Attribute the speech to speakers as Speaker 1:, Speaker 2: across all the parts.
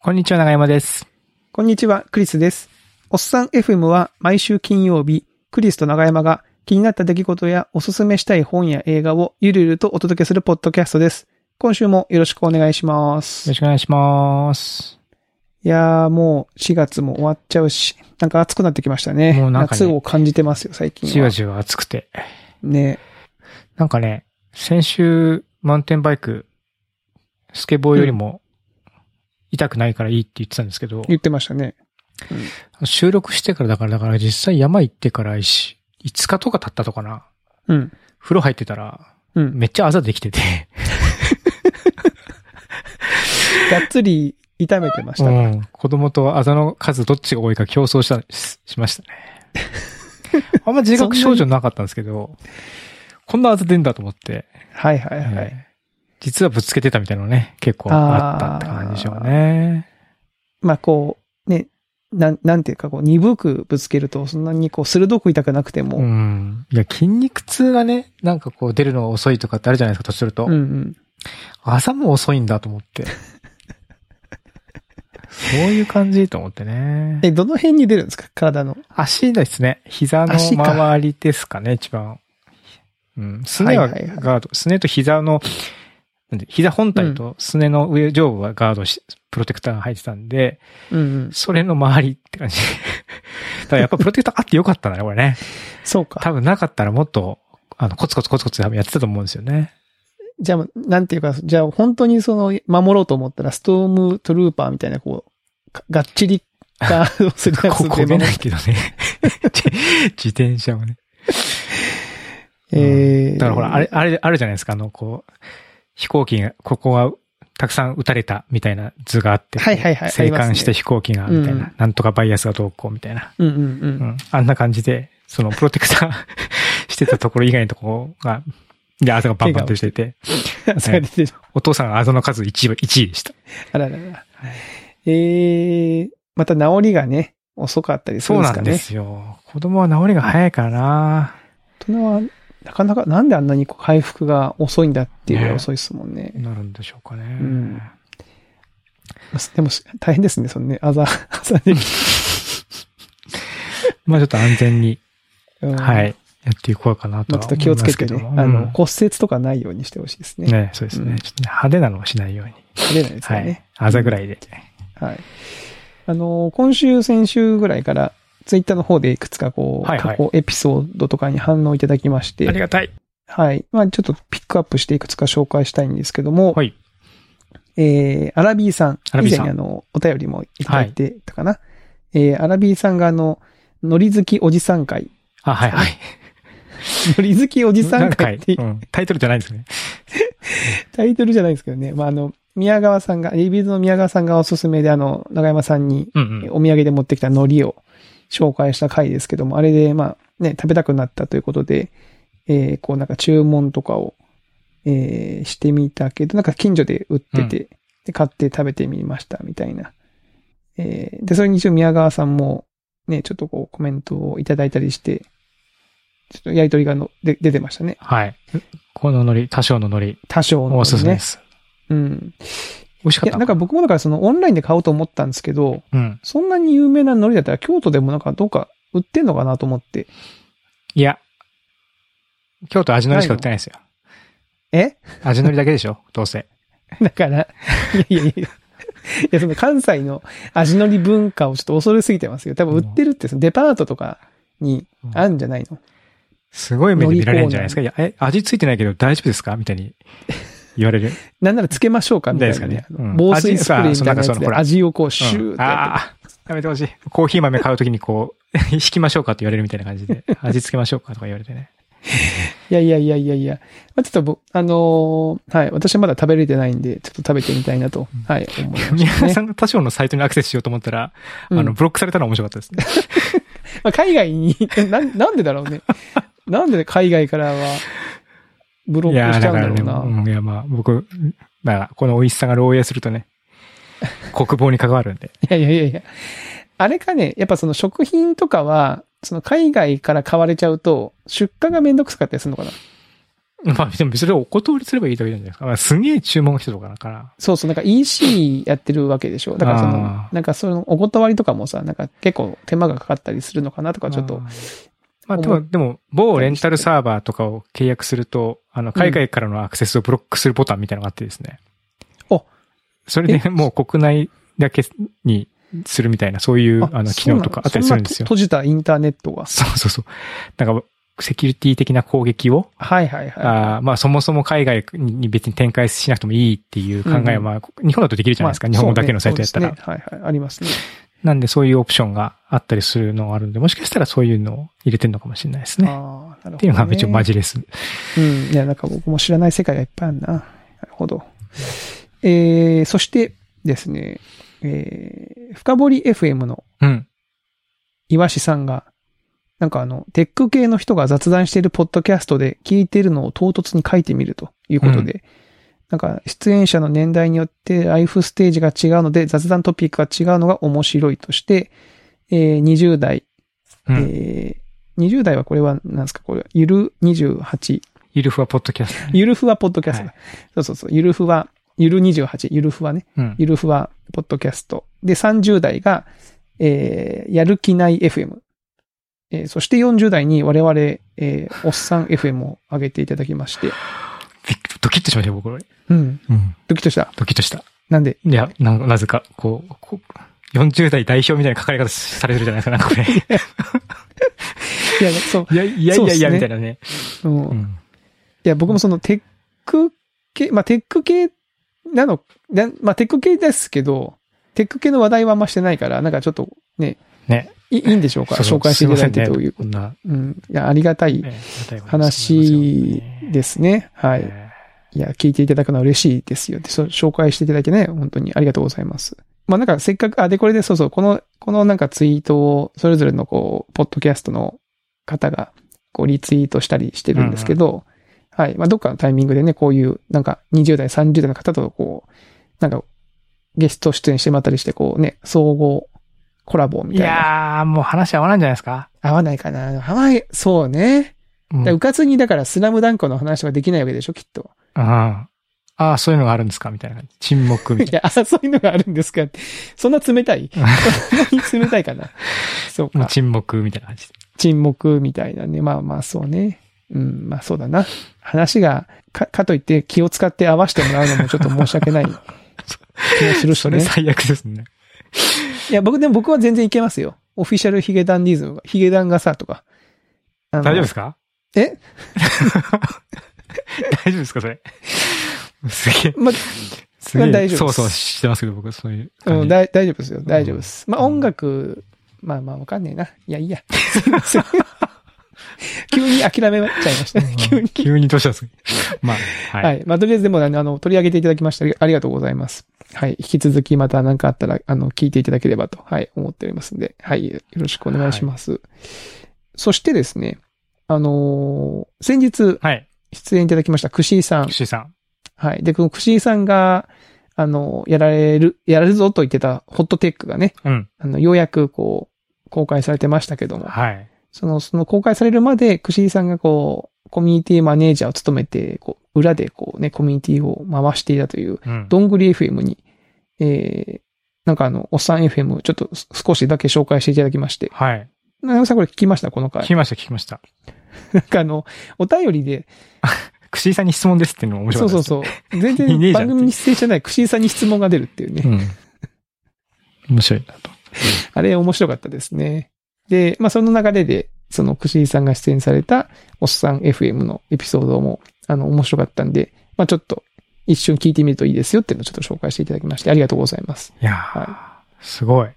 Speaker 1: こんにちは、長山です。
Speaker 2: こんにちは、クリスです。おっさん FM は毎週金曜日、クリスと長山が気になった出来事やおすすめしたい本や映画をゆるゆるとお届けするポッドキャストです。今週もよろしくお願いしま
Speaker 1: よろ
Speaker 2: す。い
Speaker 1: しくお願いします。
Speaker 2: やー、もう4月も終わっちゃうし、なんか暑くなってきましたね。
Speaker 1: もうなんかね
Speaker 2: 夏を感じてますよ、最近は。
Speaker 1: じわじわ暑くて。
Speaker 2: ね。
Speaker 1: なんかね、先週、マウンテンバイク、スケボーよりも、痛くないからいいって言ってたんですけど、
Speaker 2: 言ってましたね。
Speaker 1: 収録してからだから、だから実際山行ってから5日とか経ったとかな。
Speaker 2: うん。
Speaker 1: 風呂入ってたら、
Speaker 2: うん。
Speaker 1: めっちゃあざできてて、
Speaker 2: がっつり痛めてました
Speaker 1: う
Speaker 2: か。
Speaker 1: ん、子供とあざの数どっちが多いか競争した、ししました ね。あんま自覚症状なかったんですけど、こんなあざ出んだと思って、
Speaker 2: はいはいはい。
Speaker 1: ええ実はぶつけてたみたいなのね、結構あったって感じでしょうね。
Speaker 2: まあこう、ね、なん、なんていうかこう、鈍くぶつけると、そんなにこう、鋭く痛くなくても、
Speaker 1: うん。いや、筋肉痛がね、なんかこう出るのが遅いとかってあるじゃないですか、年取ると
Speaker 2: うん。うん。
Speaker 1: あざも遅いんだと思って。 そういう感じと思ってね。
Speaker 2: え、どの辺に出るんですか体の。
Speaker 1: 足ですね。膝の
Speaker 2: 足か
Speaker 1: 周りですかね、一番。うん。すねは
Speaker 2: はいはいはい
Speaker 1: ガード、すねと膝の、なんで膝本体とすねの上、上部はガードし、プロテクターが入ってたんで、
Speaker 2: うんうん。
Speaker 1: それの周りって感じ。 だからやっぱプロテクターあってよかったんだね、これね。
Speaker 2: そうか。
Speaker 1: 多分なかったらもっと、あの、コツコツコツコツ多分やってたと思うんですよね。
Speaker 2: じゃあ、なんていうか、じゃあ本当にその、守ろうと思ったら、ストームトルーパーみたいな、こう、かがっちりガードをするやつ
Speaker 1: こ
Speaker 2: で
Speaker 1: こげ
Speaker 2: 守
Speaker 1: な
Speaker 2: る
Speaker 1: いけどね。自 自転車もね。
Speaker 2: えー
Speaker 1: だからほら、あれ、あれ、あるじゃないですか、あの、こう、飛行機が、ここはたくさん撃たれたみたいな図があって、
Speaker 2: はいはいはい
Speaker 1: 生還した飛行機が、
Speaker 2: あり
Speaker 1: み
Speaker 2: ます
Speaker 1: た
Speaker 2: ね
Speaker 1: いな、なんとかバイアスがどうこうみたいな。
Speaker 2: うんうんう。
Speaker 1: うんん。あんな感じで、その、プロテクター してたところ以外のところが、で、朝がバンバンとしてて、
Speaker 2: それが出てる。
Speaker 1: お父さんがあざの数1位、1位でした。
Speaker 2: あららら。えー、また治りがね、遅かったりす
Speaker 1: そ
Speaker 2: る
Speaker 1: うん
Speaker 2: で
Speaker 1: な
Speaker 2: すか
Speaker 1: ん
Speaker 2: ね。
Speaker 1: ですよ。子供は治りが早いからな
Speaker 2: 大人は、なかなか、なんであんなにこう回復が遅いんだっていうぐらい
Speaker 1: ね
Speaker 2: 遅いですもんね。
Speaker 1: なるんでしょうかね。
Speaker 2: んでも、大変ですね、そのね、あざ、あざ ね。
Speaker 1: まあちょっと安全に、
Speaker 2: うん
Speaker 1: はい、やっていこうかなと
Speaker 2: まあ
Speaker 1: は
Speaker 2: ちょ
Speaker 1: 思
Speaker 2: っと
Speaker 1: い
Speaker 2: 気をつ
Speaker 1: ま
Speaker 2: け
Speaker 1: す
Speaker 2: て
Speaker 1: けど
Speaker 2: ね、
Speaker 1: も
Speaker 2: あ
Speaker 1: う
Speaker 2: の、
Speaker 1: ん
Speaker 2: 骨折とかないようにしてほしいですね。
Speaker 1: ね、そうですね。
Speaker 2: うん
Speaker 1: ちょっとね派手なのをしないように。
Speaker 2: 出ないです
Speaker 1: は
Speaker 2: よ
Speaker 1: い
Speaker 2: ね。。
Speaker 1: あざぐらいで。
Speaker 2: はい。あの、今週、先週ぐらいから、ツイッターの方でいくつかこう、
Speaker 1: はいはい
Speaker 2: 過去エピソードとかに反応いただきまし
Speaker 1: あり
Speaker 2: て、
Speaker 1: がたい。
Speaker 2: はい。まあちょっとピックアップしていくつか紹介したいんですけども、
Speaker 1: はい。
Speaker 2: えー、アラビーさん。
Speaker 1: アラビーさん
Speaker 2: 以前にあの、お便りもいただいてたかな。えー、アラビーさんがあの、ノリ好きおじさん会。
Speaker 1: あ、はいはい。
Speaker 2: ノリ好きおじさん会って
Speaker 1: う、んタイトルじゃないですね。
Speaker 2: タイトルじゃないですけどね。まああの、宮川さんが、リビーズの宮川さんがおすすめで、あの、長山さんに
Speaker 1: うんうん。
Speaker 2: お土産で持ってきた海苔を紹介した回ですけども、あれで、まあ、ね、食べたくなったということで、えーこうなんか注文とかを、えーしてみたけど、なんか近所で売ってて、で、買って食べてみました、みたいな。えーで、それに一応宮川さんも、ね、ちょっとこうコメントをいただいたりして、ちょっとやりとりがので出てましたね。
Speaker 1: はい。このノリ、多少のノリ、
Speaker 2: 多少の、
Speaker 1: おすすめで
Speaker 2: ね。
Speaker 1: す。
Speaker 2: うん。
Speaker 1: 美味しかっ
Speaker 2: いや、
Speaker 1: た。
Speaker 2: なんか、僕もだからそのオンラインで買おうと思ったんですけど、
Speaker 1: うん。
Speaker 2: そんなに有名な海苔だったら京都でもなんかどうか売ってんのかなと思って。
Speaker 1: いや、京都味のりしか売ってないですよ。
Speaker 2: え
Speaker 1: 味のりだけでしょどうせ。
Speaker 2: だから、いやいやいや。いや、その関西の味のり文化をちょっと恐れすぎてますよ。多分売ってるって、そのデパートとかにあるんじゃないの、
Speaker 1: すごい目で見られるんじゃないですか。いや、え、味ついてないけど大丈夫ですかみたいに言われる。
Speaker 2: なんならつけましょうかみたいな
Speaker 1: みたい
Speaker 2: ね
Speaker 1: です。かね
Speaker 2: あの
Speaker 1: うん
Speaker 2: 防水スプレーみたいな
Speaker 1: 味
Speaker 2: や
Speaker 1: そうなんか
Speaker 2: つ
Speaker 1: その
Speaker 2: で
Speaker 1: ほら
Speaker 2: 味をこうシューってやっ
Speaker 1: ああ、やめてほしい。コーヒー豆買うときにこう、 引きましょうかって言われるみたいな感じで、味付けましょうかとか言われて ね。
Speaker 2: てる。いやいやいやいやいや。まあ、ちょっと僕、あのーはい。私まだ食べれてないんで、ちょっと食べてみたいなと、はい、思いました、ね。
Speaker 1: 宮川さんが多少のサイトにアクセスしようと思ったら、
Speaker 2: うん
Speaker 1: あの、ブロックされたのは面白かったですね。
Speaker 2: まあ、海外にな、 なんでだろうね。なんで海外からは、ブロ
Speaker 1: い
Speaker 2: ック
Speaker 1: や
Speaker 2: し
Speaker 1: ー、
Speaker 2: ちゃ
Speaker 1: だ
Speaker 2: うん
Speaker 1: か
Speaker 2: だ
Speaker 1: ら
Speaker 2: ろ
Speaker 1: ね、
Speaker 2: うな。
Speaker 1: うんいや、まあ、僕、だから、この美味しさが漏洩するとね、国防に関わるんで。
Speaker 2: いやいやいやいや。あれかね、やっぱその食品とかは、その海外から買われちゃうと、出荷がめんどくさかったりするのかな。
Speaker 1: まあ、でも別にお断りすればいいだけじゃないですか。まあ、すげえ注文が来てるからから。
Speaker 2: そうそう、なんか EC やってるわけでしょ。だからその
Speaker 1: あ、ー
Speaker 2: なんかそのお断りとかもさ、なんか結構手間がかかったりするのかなとかちょっ
Speaker 1: あ
Speaker 2: と。
Speaker 1: ー。まあ、でも、でも、某レンタルサーバーとかを契約すると、あの、海外からのアクセスをブロックするボタンみたいなのがあってですね。
Speaker 2: うんお
Speaker 1: それ
Speaker 2: え
Speaker 1: でもう国内だけにするみたいな、そういう、あの、機能とかあったりするんですよ
Speaker 2: そ。な閉じたインターネットが。
Speaker 1: そうそうそう。なんか、セキュリティ的な攻撃を、
Speaker 2: はいはいは
Speaker 1: あーまあ、そもそも海外に別に展開しなくてもいいっていう考えは、
Speaker 2: うん
Speaker 1: まあ、日本だとできる
Speaker 2: い。
Speaker 1: じゃないですか。
Speaker 2: まあ
Speaker 1: 日本語だけのサ
Speaker 2: そう
Speaker 1: イト
Speaker 2: ね
Speaker 1: やったら。
Speaker 2: そうですねはいはい。ありますね。
Speaker 1: なんで、そういうオプションがあったりするのがあるんで、もしかしたらそういうのを入れてるのかもしれないですね。
Speaker 2: ああ、なるほど、ね。
Speaker 1: っていうのが一応マジレス。
Speaker 2: うん。いや、なんか僕も知らない世界がいっぱいあるな。なるほど。えー、そしてですね、えー、深掘り FM の
Speaker 1: うん。
Speaker 2: 岩師さんが、なんかあの、テック系の人が雑談しているポッドキャストで聞いてるのを唐突に書いてみるということで、なんか出演者の年代によってライフステージが違うので雑談トピックが違うのが面白いとして、えー20代、
Speaker 1: うん
Speaker 2: えー20代はこれは何ですかこれはゆる28。
Speaker 1: ゆるふわポッドキャストね。
Speaker 2: ゆるふわポッドキャストだ、
Speaker 1: は
Speaker 2: そうそうそう。ゆるふわ、ゆる28、ゆるふわね。
Speaker 1: うん。
Speaker 2: ゆるふわポッドキャスト。で、30代が、えー、やる気ない FM。えーそして40代に我々、えー、おっさん FM を上げていただきまして。
Speaker 1: びっドキッとしましたよ、僕。うん。
Speaker 2: うん。ドキッとした。
Speaker 1: ドキッとした。
Speaker 2: なんで、
Speaker 1: いや、ななぜか、こう、こう40代代表みたいな書かれ方されてるじゃないですか、なんかこれ。
Speaker 2: いや、そう、
Speaker 1: いや、いやい
Speaker 2: そうっ
Speaker 1: やい
Speaker 2: す
Speaker 1: や、
Speaker 2: ね
Speaker 1: みたいなね。
Speaker 2: うん。
Speaker 1: う
Speaker 2: い
Speaker 1: ん。
Speaker 2: や、僕もその、テック系、まあ、テック系なの、なまあ、テック系ですけど、テック系の話題はあんましてないから、なんかちょっとね、
Speaker 1: ね。
Speaker 2: いいいんでしょうか
Speaker 1: そう
Speaker 2: 紹介していただいて
Speaker 1: すませんね
Speaker 2: という。
Speaker 1: こんな、
Speaker 2: うん。いや、ありがたい
Speaker 1: ねありがたいことです
Speaker 2: 話ですね。は。
Speaker 1: はいい。
Speaker 2: いや、聞いていただくのは嬉しいですよ。で、そう紹介していただいてね、本当にありがとうございます。まあなんかせっかく、あ、で、これでそうそう、この、このなんかツイートを、それぞれのこう、ポッドキャストの方が、こう、リツイートしたりしてるんですけど、はい。まあどっかのタイミングでね、こういう、なんか20代、30代の方とこう、なんか、ゲスト出演してもらったりして、こうね、総合コラボみ
Speaker 1: い
Speaker 2: たいな。
Speaker 1: やー、もう話合わないんじゃないですか。
Speaker 2: 合わないかな。合わない、そうね。
Speaker 1: うん。
Speaker 2: だ
Speaker 1: う
Speaker 2: うんかつに、だから、スラムダンクの話とかできないわけでしょ、きっと。
Speaker 1: ああ、そういうのがあるんですかみたいな感じ。沈黙み
Speaker 2: い
Speaker 1: たい
Speaker 2: や、あそういうのがあるんですかって。そんな冷たいそんなに冷たいか な。そう
Speaker 1: な。も
Speaker 2: か
Speaker 1: う。沈黙みたいな感じで。
Speaker 2: 沈黙みたいなね。まあまあ、そうね。うん、まあそうだな。話が、か、かといって気を使って合わせてもらうのもちょっと申し 訳ない気もするし
Speaker 1: それ
Speaker 2: ね。
Speaker 1: 最悪ですね。
Speaker 2: いや、僕、でも僕は全然いけますよ。オフィシャルヒゲダンディズムが、ヒゲダンがさ、とか。大
Speaker 1: 大丈夫ですか
Speaker 2: え
Speaker 1: 大丈夫ですかそれ。 すげえ。
Speaker 2: まあ、
Speaker 1: すげ
Speaker 2: まあ
Speaker 1: え。
Speaker 2: 大丈夫です
Speaker 1: そうそうしてますけど、僕、そういう感じ。
Speaker 2: うん、大大丈夫ですよ。大丈夫です。まあ、音楽、まあまあ、わかんねえな。いや、いいや。 すいません急に諦めちゃいました ね。急に。
Speaker 1: 急にどうしたんですかまあ、は。
Speaker 2: はいい。まあ、とりあえずでも、あのあの、取り上げていただきまして、ありがとうございます。はい。引き続き、また何かあったら、あの、聞いていただければと、はい、思っておりますんで、はい。よろしくお願いします。そしてですね、あのー先日、
Speaker 1: はい。
Speaker 2: 出演いただきました、くしーさん。
Speaker 1: 岸井さん。
Speaker 2: はい。で、このくしーさんが、あの、やられる、やられるぞと言ってた、ホットテックがね、
Speaker 1: うん。
Speaker 2: あの、ようやくこう、公開されてましたけども、
Speaker 1: はい。
Speaker 2: その、その公開されるまで、くしりさんがこう、コミュニティマネージャーを務めて、こう、裏でこうね、コミュニティを回していたという、
Speaker 1: うん。
Speaker 2: どんぐり FM に、えー、なんかあの、おっさん FM、ちょっとす少しだけ紹介していただきまして。
Speaker 1: はい。
Speaker 2: ななみさんこれ聞きましたこの
Speaker 1: 聞
Speaker 2: 回。
Speaker 1: きました、聞きました。
Speaker 2: なんかあの、お便りで、
Speaker 1: 岸井さんに質問ですっていうのも面
Speaker 2: そ
Speaker 1: 白
Speaker 2: う
Speaker 1: い
Speaker 2: そう
Speaker 1: う。
Speaker 2: そう。全
Speaker 1: いねえ
Speaker 2: 然
Speaker 1: じゃん
Speaker 2: 番組に出演してないくしりさんに質問が出るっていうね。
Speaker 1: うん。面白いなと。
Speaker 2: あれ面白かったですね。で、まあその流れで、そのくしりさんが出演されたおっさん FM のエピソードも、あの、面白かったんで、まあちょっと一瞬聞いてみるといいですよっていうのをちょっと紹介していただきまして、ありがとうございます。
Speaker 1: いやー、
Speaker 2: は
Speaker 1: すごい。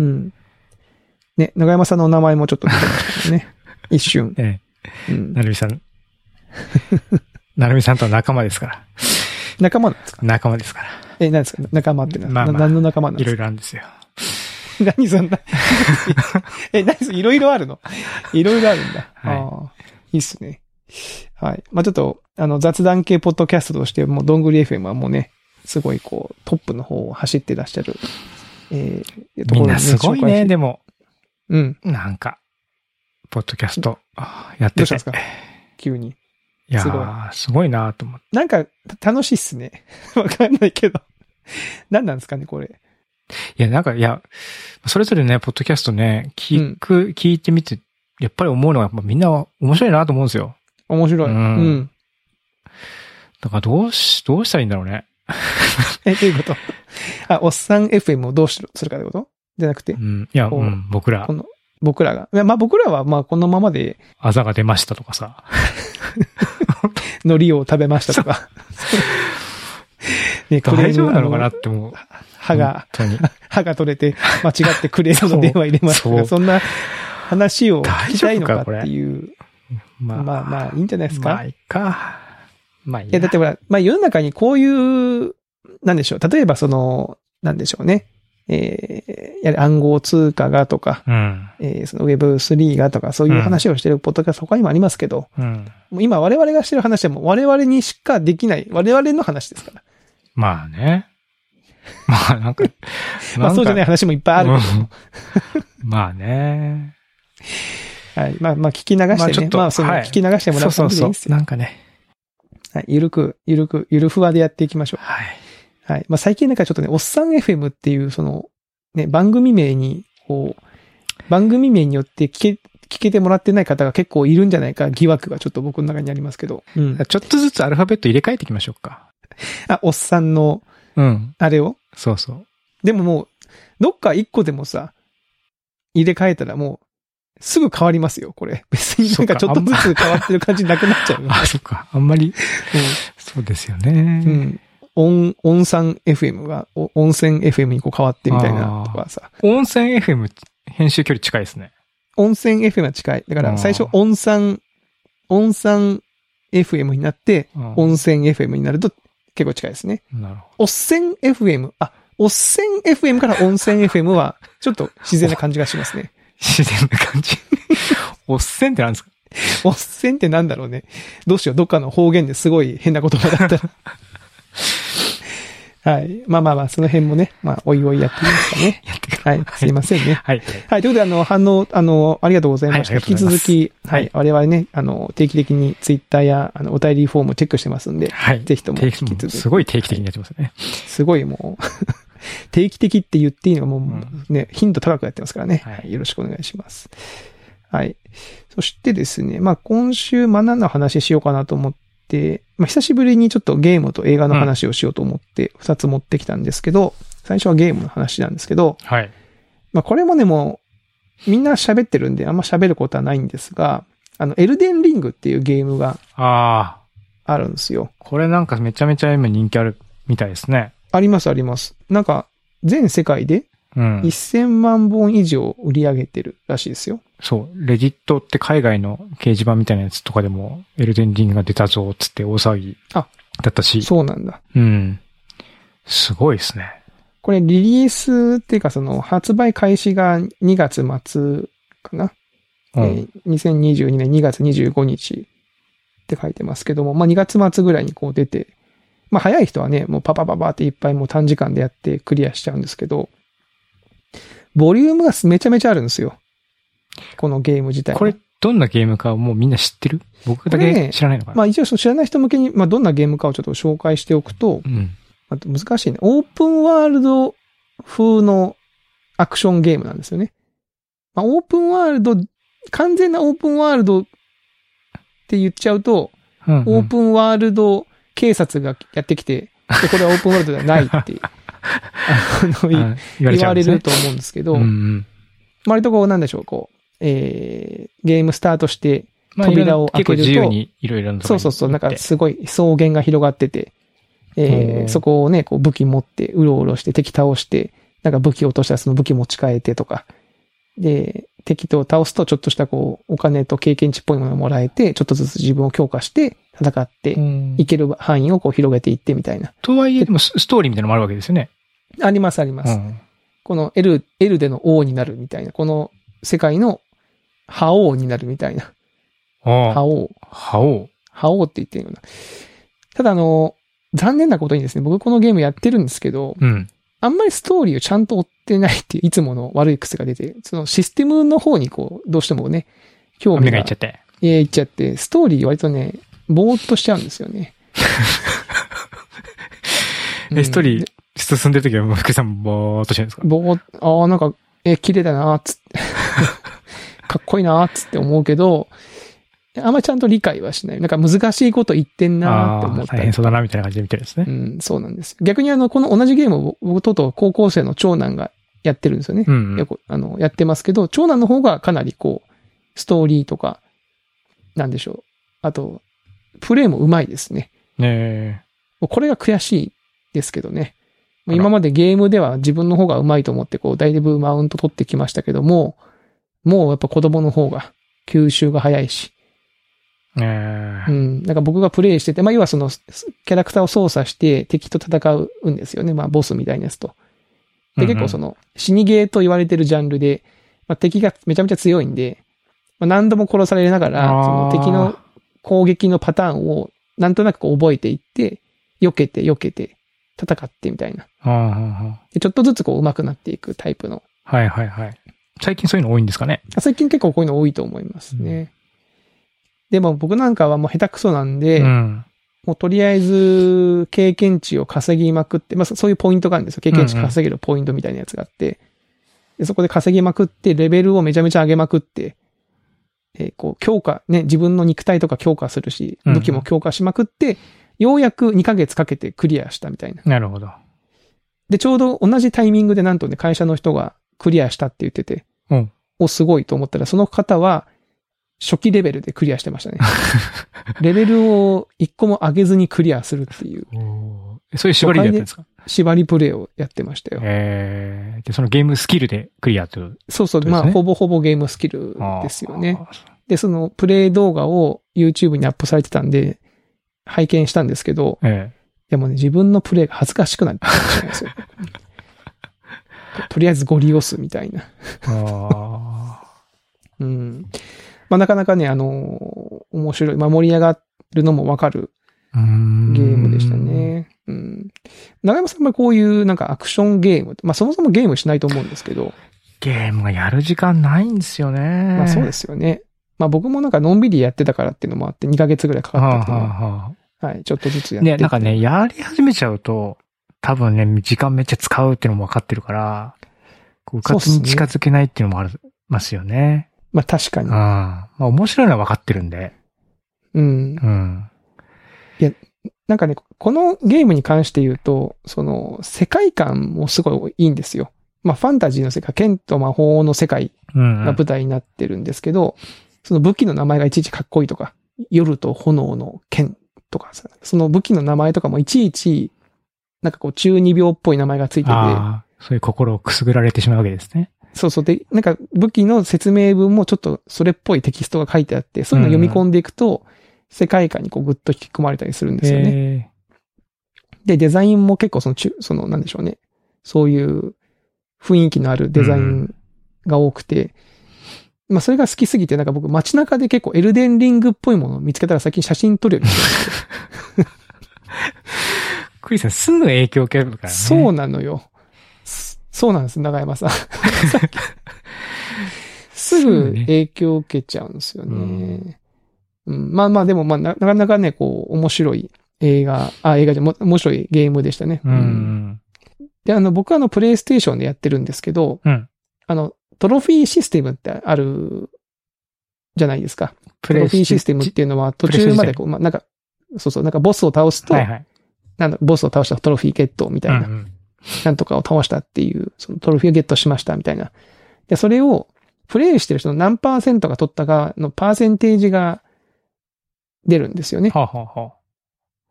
Speaker 2: うん。ね、長山さんのお名前もちょ っと出てましたけどね。一瞬。
Speaker 1: ええ、
Speaker 2: うん
Speaker 1: な。るみさ ん。なるみさんとは仲間ですから。
Speaker 2: 仲間なんですか
Speaker 1: 仲間ですから。
Speaker 2: え、何ですか仲間ってな、
Speaker 1: まあまあ
Speaker 2: な何の仲間なん
Speaker 1: い
Speaker 2: で
Speaker 1: ろ
Speaker 2: す
Speaker 1: い
Speaker 2: か
Speaker 1: ろあるんですよ。
Speaker 2: 何そんな。え、何それいろいろあるのいろいろあるんだ。
Speaker 1: はい
Speaker 2: ああいいっすね。はい。まあ、ちょっと、あの、雑談系ポッドキャストとして、もう、どんぐり FM はもうね、すごい、こう、トップの方を走ってらっしゃる、えー、
Speaker 1: み
Speaker 2: ところ
Speaker 1: ん
Speaker 2: に
Speaker 1: なすごい
Speaker 2: 紹介し
Speaker 1: ね、
Speaker 2: て
Speaker 1: でも、
Speaker 2: うん。
Speaker 1: なんか、ポッドキャスト、あやっ
Speaker 2: ど
Speaker 1: て
Speaker 2: うした
Speaker 1: て
Speaker 2: んです。か急に。
Speaker 1: いいや
Speaker 2: すごい
Speaker 1: ー、すごいなーと思って。
Speaker 2: なんか、た楽しいっすね。 わかんないけど。何なんですかね、これ。
Speaker 1: いや、なんか、いや、それぞれね、ポッドキャストね、聞く、聞いてみて、やっぱり思うのは、やっぱみんな面白いなと思うんですよ。
Speaker 2: 面白い。う。
Speaker 1: うんんだからどうし、どうしたらいいんだろうね。
Speaker 2: え、どういうこと あ、おっさん FM をどうしろするかってことじゃなくて
Speaker 1: う、ん。いや、
Speaker 2: こ
Speaker 1: う、
Speaker 2: うん
Speaker 1: 僕ら
Speaker 2: こ、の、僕らが。いやまあ僕らは、まあこのままで、
Speaker 1: あざが出ましたとかさ。
Speaker 2: 海苔を食べましたと か。ね、クレーム
Speaker 1: 大丈夫なのかな
Speaker 2: あ
Speaker 1: って思う。
Speaker 2: 歯が、
Speaker 1: 本 当に。
Speaker 2: 歯が取れて、間違ってクレームの電話入れましたと
Speaker 1: そ
Speaker 2: か、
Speaker 1: う
Speaker 2: そんな話を聞きたいのかっていう。
Speaker 1: ま
Speaker 2: まあまあ、いいんじゃないです
Speaker 1: ま
Speaker 2: か
Speaker 1: あ、。いいか。まあ、いい
Speaker 2: い
Speaker 1: や。
Speaker 2: や、だってほら、まあ世の中にこういう、なんでしょう。例えばその、なんでしょうね。えー、やはり暗号通貨がとか、
Speaker 1: うん。
Speaker 2: えー、その Web3 がとか、そういう話をしてるポッドキャスト他にもありますけど、
Speaker 1: うん。
Speaker 2: もう今我々がしてる話でも我々にしかできない、我々の話ですから。
Speaker 1: まあね。 まあ、なんか、
Speaker 2: まあそうじゃない
Speaker 1: い
Speaker 2: 話もいっぱいあるけど。
Speaker 1: まあね。
Speaker 2: はい。まあまあ聞き流
Speaker 1: まあ
Speaker 2: して
Speaker 1: ちょ
Speaker 2: ね
Speaker 1: っ。と
Speaker 2: まあその
Speaker 1: はい
Speaker 2: 聞き流してもら
Speaker 1: そううそうう
Speaker 2: そでいい
Speaker 1: そ
Speaker 2: ん
Speaker 1: う
Speaker 2: です。よ。
Speaker 1: なんかね。
Speaker 2: はい。ゆるく、ゆるく、ゆるふわでやっていきましょ
Speaker 1: はい。
Speaker 2: う。はい。まあ最近なんかちょっとね、おっさん FM っていうその、ね、番組名に、こう、番組名によって聞け、聞けてもらってない方が結構いるんじゃないか疑惑がちょっと僕の中にありますけど。うん。
Speaker 1: ちょっとずつアルファベット入れ替えていきましょうか。
Speaker 2: あ、おっさんの、
Speaker 1: うん。
Speaker 2: あれを
Speaker 1: そうそう。
Speaker 2: でももう、どっか一個でもさ、入れ替えたらもう、すぐ変わりますよ、これ。別になんかち
Speaker 1: そ
Speaker 2: ょ
Speaker 1: っか
Speaker 2: っとずつ変わってる感じなくなっち ゃうよ。
Speaker 1: あ、そっか。あんまり、そうですよね。
Speaker 2: うん。温、温泉 FM が、お温泉 FM にこう変わってみたいなとかさ。
Speaker 1: 温泉 FM 編集距離近いですね。
Speaker 2: 温泉 FM は近い。だか
Speaker 1: あ
Speaker 2: ら
Speaker 1: ー
Speaker 2: 最初温泉、温泉 FM になって、
Speaker 1: うん
Speaker 2: 温泉 FM になると結構近いですね。
Speaker 1: なるほ
Speaker 2: おっせん FM、あ、おっせん FM から温泉 FM は、ちょっと自然な感じがしますね。
Speaker 1: ど。自然な感 じ。おっせんってなんですか
Speaker 2: おっせんってなんだろうね。どうしよう、どっかの方言ですごい変な言葉だったら。はい。まあまあまあ、その辺もね、まあ、おいおいやってみますかね。
Speaker 1: やってく
Speaker 2: はい。すいませんね。
Speaker 1: はい。
Speaker 2: はい。ということで、あの、反応、あの、ありがとうございました。
Speaker 1: はいあ
Speaker 2: 引
Speaker 1: りが
Speaker 2: き
Speaker 1: とうございま
Speaker 2: 続
Speaker 1: す
Speaker 2: き、はい。我々ね、あの、定期的にツイッターや、あの、お便りフォームチェックしてますんで、
Speaker 1: はい。
Speaker 2: ぜひとも
Speaker 1: 定
Speaker 2: 引
Speaker 1: 期
Speaker 2: き続き、
Speaker 1: すごい定期的にやってますね。
Speaker 2: すごいもう、 定期的って言っていいのはもう、
Speaker 1: ん
Speaker 2: ね、頻度高くやってますからね、
Speaker 1: はい
Speaker 2: はいよろしくお願いします。はい。そしてですね、まあ今週、まあ何の話しようかなと思って、まあ久しぶりにちょっとゲームと映画の話をしようと思って、二つ持ってきたんですけど、最初はゲームの話なんですけど、
Speaker 1: はい。
Speaker 2: まあこれもね、もう、みんな喋ってるんで、あんま喋ることはないんですが、あの、エルデンリングっていうゲームが
Speaker 1: ああ、
Speaker 2: あるんですよ。
Speaker 1: これなんかめちゃめちゃ今人気あるみたいですね。
Speaker 2: ありますあります。なんか、全世界で
Speaker 1: うん。
Speaker 2: 1000万本以上売り上げてるらしいですよ。
Speaker 1: そう。レディットって海外の掲示板みたいなやつとかでも、エルデンリングが出たぞ、つって大騒ぎだ
Speaker 2: あ
Speaker 1: ったし。
Speaker 2: そうなんだ。
Speaker 1: うん。すごいですね。
Speaker 2: これリリースっていうかその発売開始が2月末かな。
Speaker 1: うん。
Speaker 2: えー2022年2月25日って書いてますけども、まあ2月末ぐらいにこう出て、まあ早い人はね、もうパパパパっていっぱいもう短時間でやってクリアしちゃうんですけど、ボリュームがめちゃめちゃあるんですよ。このゲーム自体が。
Speaker 1: これ、どんなゲームかもうみんな知ってる僕だ
Speaker 2: これね
Speaker 1: け知らないのかな、
Speaker 2: まあ一応そう知らない人向けに、まあどんなゲームかをちょっと紹介しておくと、
Speaker 1: うん。
Speaker 2: あと難しいね。オープンワールド風のアクションゲームなんですよね。まあ、オープンワールド、完全なオープンワールドって言っちゃうと、
Speaker 1: うんうん
Speaker 2: オープンワールド警察がやってきて、でこれはオープンワールドではないって、 あの、い
Speaker 1: あ言われちゃ
Speaker 2: 言わ
Speaker 1: うん
Speaker 2: れ
Speaker 1: ですね
Speaker 2: ると思うんですけど、
Speaker 1: うんうん。
Speaker 2: 割とこう、なんでしょう、こう、えー、ゲームスタートして、
Speaker 1: まあ
Speaker 2: 扉を開けると
Speaker 1: 結構自由にいろいろなとこ
Speaker 2: そう
Speaker 1: に
Speaker 2: そうそう、
Speaker 1: 行
Speaker 2: なん
Speaker 1: って
Speaker 2: かすごい草原が広がってて、え
Speaker 1: お
Speaker 2: ー、
Speaker 1: ー
Speaker 2: そこをね、こう武器持って、うろうろして敵倒して、なんか武器落としたらその武器持ち替えてとか、で、敵と倒すとちょっとしたこう、お金と経験値っぽいものをもらえて、ちょっとずつ自分を強化して戦って、
Speaker 1: うん
Speaker 2: いける範囲をこう広げていってみたいな。
Speaker 1: とはいえ、でもスストーリーみたいなのもあるわけですよね。
Speaker 2: ありますありま
Speaker 1: う
Speaker 2: す。
Speaker 1: ん。
Speaker 2: このエル、エルでの王になるみたいな、この世界の覇王になるみたいな。
Speaker 1: ああ、
Speaker 2: 覇王。
Speaker 1: 覇王。
Speaker 2: 覇王って言ってるような。ただあの、残念なことにですね、僕このゲームやってるんですけど、
Speaker 1: うん。
Speaker 2: あんまりストーリーをちゃんと追ってないっていう、いつもの悪い癖が出て、そのシステムの方にこう、どうしてもね、興味
Speaker 1: 目が
Speaker 2: が
Speaker 1: い
Speaker 2: いっ
Speaker 1: っちゃって。
Speaker 2: ちゃって、ストーリー割とね、ぼーっとしちゃうんですよね。
Speaker 1: え、一人進んでるときは、福井さんぼーっとしてるんですか
Speaker 2: ぼー、ああ、なんか、え、綺麗だなーっつって、 かっこいいなーっつって思うけど、あんまりちゃんと理解はしない。なんか難しいこと言ってんなーって思
Speaker 1: あ
Speaker 2: っ
Speaker 1: ー
Speaker 2: た
Speaker 1: 大
Speaker 2: り
Speaker 1: 変そうだな、みたいな感じで見てるんですね
Speaker 2: う。ん、そうなんです。逆にあの、この同じゲームを僕とうとう高校生の長男がやってるんですよね。
Speaker 1: うん。
Speaker 2: よく、あの、やってますけど、長男の方がかなりこう、ストーリーとか、なんでしょう。あと、プレイもうまいですね。
Speaker 1: ね
Speaker 2: もうこれが悔しいですけどね。もう
Speaker 1: あら
Speaker 2: 今までゲームでは自分の方がうまいと思って、こう、だいぶマウント取ってきましたけども、もうやっぱ子供の方が吸収が早いし、
Speaker 1: え。ね
Speaker 2: う
Speaker 1: え。
Speaker 2: ん。なんか僕がプレイしてて、まあ、要はその、すキャラクターを操作して敵と戦うんですよね。まあ、ボスみたいなやつと。で、結構そ
Speaker 1: の、
Speaker 2: の、死にゲーと言われてるジャンルで、まあ、敵がめちゃめちゃ強いんで、まあ、何度も殺されながら、
Speaker 1: あー
Speaker 2: その敵の攻撃のパターンを、なんとなくこう覚えていって、避けて避けて、戦ってみたいな。
Speaker 1: うんうんうん
Speaker 2: で、ちょっとずつこう上手くなっていくタイプの。
Speaker 1: はいはいはい。最近そういうの多いんですかね
Speaker 2: 最近結構こういうの多いと思いますね。でも僕なんかはもう下手くそなんで、
Speaker 1: うん。
Speaker 2: もうとりあえず、経験値を稼ぎまくって、まあそそういうポイントがあるんですよ。経験値稼げるポイントみたいなやつがあって、でそこで稼ぎまくって、レベルをめちゃめちゃ上げまくって、えーこう、強化、ね、自分の肉体とか強化するし、
Speaker 1: うんうん
Speaker 2: 武器も強化しまくって、ようやく2ヶ月かけてクリアしたみたいな。
Speaker 1: なるほど。
Speaker 2: で、ちょうど同じタイミングでなんとね、会社の人がクリアしたって言ってて、
Speaker 1: うん
Speaker 2: お、すごいと思ったら、その方は、初期レベルでクリアしてましたね。 レベルを1個も上げずにクリアするっていう。
Speaker 1: えそういう縛りでやってるんですか
Speaker 2: 縛りプレイをやってましたよ。
Speaker 1: ええ。で、そのゲームスキルでクリアという。
Speaker 2: そう
Speaker 1: そ
Speaker 2: そう、
Speaker 1: うです
Speaker 2: ま
Speaker 1: ね
Speaker 2: あ、ほぼほぼゲームスキルですよね。
Speaker 1: あ
Speaker 2: で、そのプレイ動画を YouTube にアップされてたんで、拝見したんですけど、
Speaker 1: ー。え
Speaker 2: いやもうね、自分のプレイが恥ずかしくなってきたんですよ。とりあえずゴリ押すみたいな。
Speaker 1: え。ああ。
Speaker 2: うん。まあ、なかなかね、あのー面白い。まあ、盛り上がるのもわかる
Speaker 1: うーん
Speaker 2: ゲームでした。ね。うん。長山さんはこういうなんかアクションゲーム、まあ、そもそもゲームしないと思うんですけど、
Speaker 1: ゲームがやる時間ないんですよね。。
Speaker 2: まあそうですすよね。まあ僕もなんかのんびりやってたからっていうのもあって、2ヶ月ぐらいか
Speaker 1: は
Speaker 2: か
Speaker 1: あ
Speaker 2: ったけど、
Speaker 1: はあはあ。
Speaker 2: はい、ちょっとずつやって
Speaker 1: ね、なんかね、やり始めちゃうと、多分ね、時間めっちゃ使うっていうのも分かってるから、こう、うかつに近づけないっていうのもありますよね。
Speaker 2: まあ確か
Speaker 1: う
Speaker 2: に
Speaker 1: ん。。まあ、面白いのは分かってるんで。
Speaker 2: うん。
Speaker 1: うん。
Speaker 2: なんかね、このゲームに関して言うと、その、世界観もすごいいいんですよ。まあファンタジーの世界、剣と魔法の世界
Speaker 1: うん、う
Speaker 2: が
Speaker 1: ん。
Speaker 2: 舞台になってるんですけど、その武器の名前がいちいちかっこいいとか、夜と炎の剣とかさ、その武器の名前とかもいちいち、なんかこう中二病っぽい名前がついてて、
Speaker 1: ああ、そういう心をくすぐられてしまうわけですね。
Speaker 2: そうそう。で、なんか武器の説明文もちょっとそれっぽいテキストが書いてあって、そういうのを読み込んでいくと、世界観にこうグッと引き込まれたりするんですよね。
Speaker 1: ね。
Speaker 2: で、デザインも結構その中、そのなんでしょうね。そういう雰囲気のあるデザインが多くて、まあそれが好きすぎて、なんか僕街中で結構エルデンリングっぽいものを見つけたら先に写真撮るようにして
Speaker 1: クリスさんすぐ影響を受けるから
Speaker 2: る。
Speaker 1: ね。
Speaker 2: そうなのよ。そそうなんです、長 山さん。すぐ影響を受けちゃうんですよね。うん、まあまあでも、まあななかなかね、こう、面白い映画、あ、映画じゃ、も面白いゲームでしたね。
Speaker 1: う。ん。
Speaker 2: で、あの、僕はあの、プレイステーションでやってるんですけど、
Speaker 1: うん。
Speaker 2: あの、トロフィーシステムってある、じゃないですか。
Speaker 1: プ
Speaker 2: トロフィーシステムっ
Speaker 1: ジ
Speaker 2: ていうのは、途
Speaker 1: プレステ
Speaker 2: 中
Speaker 1: 時代
Speaker 2: までこう、まあ、なんか、そうそう、なんかボスを倒すと、
Speaker 1: はいはい。
Speaker 2: なんだ、ボスを倒したらトロフィーゲットみたいな、
Speaker 1: うんうん
Speaker 2: なんとかを倒したっていう、そのトロフィーをゲットしましたみたいな。で、それを、プレイしてる人の何パーセントが取ったかのパーセンテージが出るんですよね。
Speaker 1: はあ、はあはあ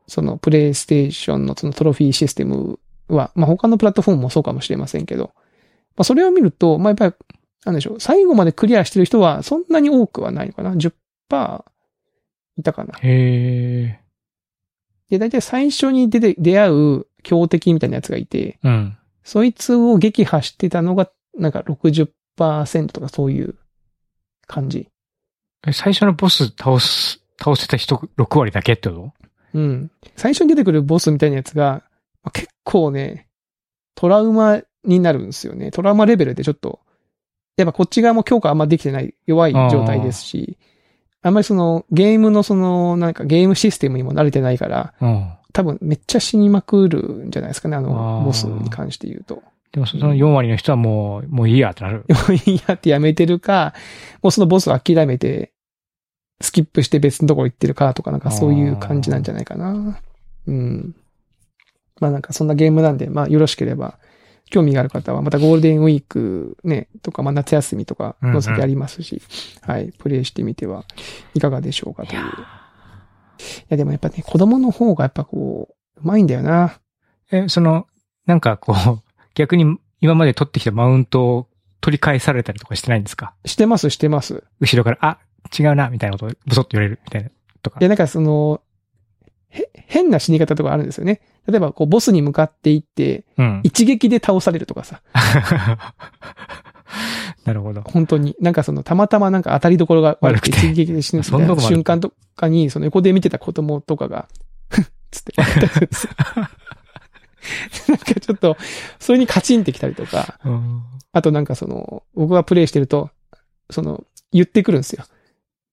Speaker 2: そのプレイステーションのそのトロフィーシステムは、まあ他のプラットフォームもそうかもしれませんけど、まあそれを見ると、まあやっぱり、なんでしょう、最後までクリアしてる人はそんなに多くはないのかな ?10% いたかな。
Speaker 1: へえ。
Speaker 2: で、大体最初に出て、出会う強敵みたいなやつがいて、
Speaker 1: うん。
Speaker 2: そいつを撃破してたのが、なんか60%とかそういう感じ。
Speaker 1: え最初のボス倒す、倒せた人6割だけってこと
Speaker 2: うん。最初に出てくるボスみたいなやつが、まあ結構ね、トラウマになるんですよね。トラウマレベルでちょっと、やっぱこっち側も強化あんまできてない、弱い状態ですし、あんまりその、ゲームのその、なんかゲームシステムにも慣れてないから、
Speaker 1: うん。
Speaker 2: 多分めっちゃ死にまくるんじゃないですかね、あの
Speaker 1: あ、ー
Speaker 2: ボスに関して言うと。
Speaker 1: でもその4割の人はもう、もういいやって なる。
Speaker 2: いやってやめてるか、もうそのボスを諦めて、スキップして別のところ行ってるかとか、なんかそういう感じなんじゃないかな。うん。まあなんかそんなゲームなんで、まあよろしければ、興味がある方は、またゴールデンウィークね、とか、まあ夏休みとかの先ありますし、はい、プレイしてみてはいかがでしょうかという。いやでもやっぱね、子供の方がやっぱこう、うまいんだよな。
Speaker 1: え、その、なんかこう、逆に今まで取ってきたマウントを取り返されたりとかしてないんですか
Speaker 2: してます、してます。
Speaker 1: 後ろから、あ、違うな、みたいなことをブソッと言われる、みたいな、とか
Speaker 2: い。や、なんかその、へ、変な死に方とかあるんですよね。例えば、こう、ボスに向かっていって、
Speaker 1: うん。
Speaker 2: 一撃で倒されるとかさ、
Speaker 1: なるほど。
Speaker 2: 本当に。なんかその、たまたまなんか当たりどころが悪くて、
Speaker 1: 悪くて
Speaker 2: 一撃で死ぬみた
Speaker 1: そん
Speaker 2: い
Speaker 1: なとこ
Speaker 2: な
Speaker 1: もある
Speaker 2: 瞬間とかに、その横で見てた子供とかが、つって、 なんかちょっと、それにカチンってきたりとか、
Speaker 1: うん。
Speaker 2: あとなんかその、僕がプレイしてると、その、言ってくるんですよ。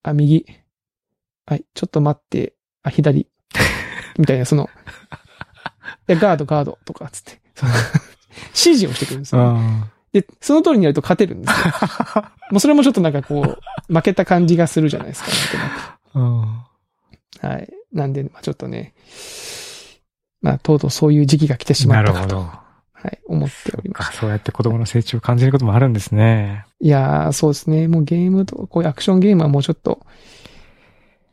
Speaker 2: あ、右。はい、ちょっと待って。あ、左。みたいな、その、いやガード、ガードとか、つって。その指示をしてくるんですよ。
Speaker 1: あ
Speaker 2: で、その通りにやると勝てるんですよ。 もうそれもちょっとなんかこう、負けた感じがするじゃないですか、なんと
Speaker 1: あ。うん。
Speaker 2: なくはい。なんで、まあちょっとね、まあ、とうとうそういう時期が来てしま
Speaker 1: な
Speaker 2: った
Speaker 1: る
Speaker 2: か
Speaker 1: ほ
Speaker 2: と、
Speaker 1: ど。
Speaker 2: はい、思っております。
Speaker 1: あそうやって子供の成長を感じることもあるんですね。
Speaker 2: いやー、そうですね。もうゲームと、こういうアクションゲームはもうちょっと、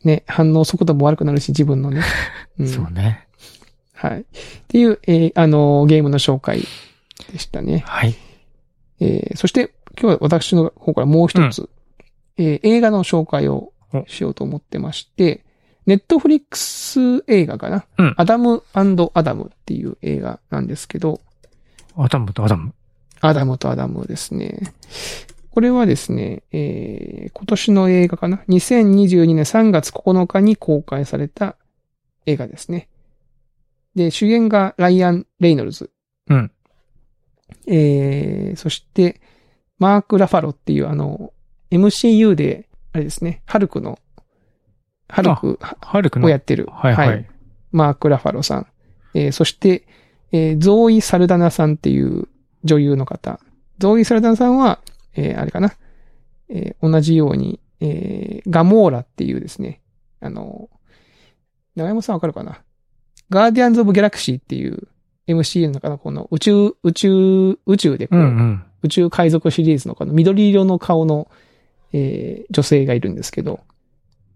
Speaker 2: ね、反応速度も悪くなるし、自分のね。 うん、
Speaker 1: そうね。
Speaker 2: はい。っていう、えーあのーゲームの紹介でしたね。
Speaker 1: はい。
Speaker 2: えーそして、今日は私の方からもう一つ、えー映画の紹介をしようと思ってまして、ネットフリックス映画かな、
Speaker 1: うん
Speaker 2: アダムアダムっていう映画なんですけど、
Speaker 1: アダムとアダム。
Speaker 2: アダムとアダムですね。これはですね、えー今年の映画かな ?2022 年3月9日に公開された映画ですね。で、主演がライアン・レイノルズ。
Speaker 1: うん。
Speaker 2: えーそして、マーク・ラファロっていうあの、MCU で、あれですね、ハルクの、ハルク
Speaker 1: ハルクの。
Speaker 2: をやってる。
Speaker 1: はいはい。
Speaker 2: マーク・ラファロさん。えーそして、えーゾーイ・サルダナさんっていう女優の方。ゾーイ・サルダナさんは、えーあれかな。えー同じように、えーガモーラっていうですね。あの、長山さんわかるかなガーディアンズ・オブ・ギャラクシーっていう MCU の中のこの宇宙、宇宙、宇宙でこ
Speaker 1: う
Speaker 2: う、
Speaker 1: んうん。
Speaker 2: 宇宙海賊シリーズのこの緑色の顔の、えー女性がいるんですけど、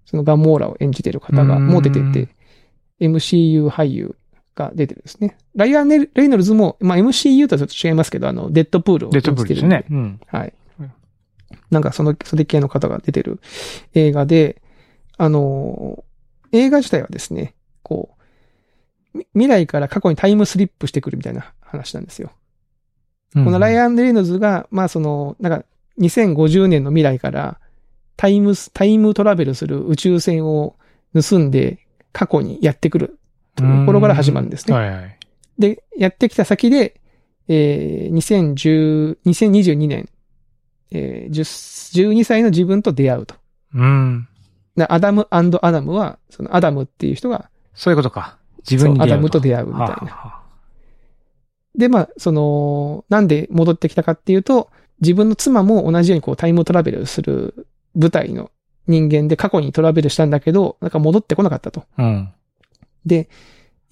Speaker 2: そのガモーラを演じてる方
Speaker 1: う
Speaker 2: が
Speaker 1: ーん
Speaker 2: もう出てて、MCU 俳優が出てるんですね。ライアン・レイノルズも、まあ、MCU とはちょっと違いますけど、あの、デッドプールを
Speaker 1: デ
Speaker 2: 演
Speaker 1: ッドブ
Speaker 2: じ
Speaker 1: ルです
Speaker 2: てるんで
Speaker 1: ね。うん。
Speaker 2: はい
Speaker 1: うん。
Speaker 2: なんかその、それ系の方が出てる映画で、あのー映画自体はですね、こう、み未来から過去にタイムスリップしてくるみたいな話なんですよ。このライ
Speaker 1: ン。
Speaker 2: アン・レイノルズが、まあその、なんか、2050年の未来から、タイムス、タイムトラベルする宇宙船を盗んで、過去にやってくるというところから始まるんですね。
Speaker 1: はいはい。
Speaker 2: で、やってきた先で、えー、2010、2022年、えー、10 12歳の自分と出会うと。
Speaker 1: うん。
Speaker 2: なアダムアダムは、そのアダムっていう人が、
Speaker 1: そういうことか。自
Speaker 2: そ
Speaker 1: 分
Speaker 2: う
Speaker 1: に
Speaker 2: ア
Speaker 1: 出
Speaker 2: ダ
Speaker 1: 会
Speaker 2: ム
Speaker 1: う
Speaker 2: と
Speaker 1: と。
Speaker 2: 出会うみたい
Speaker 1: はあ
Speaker 2: な。
Speaker 1: は
Speaker 2: で、まあ、その、なんで戻ってきたかっていうと、自分の妻も同じようにこうタイムトラベルする舞台の人間で過去にトラベルしたんだけど、なんか戻ってこなかったと。
Speaker 1: あうん。
Speaker 2: で、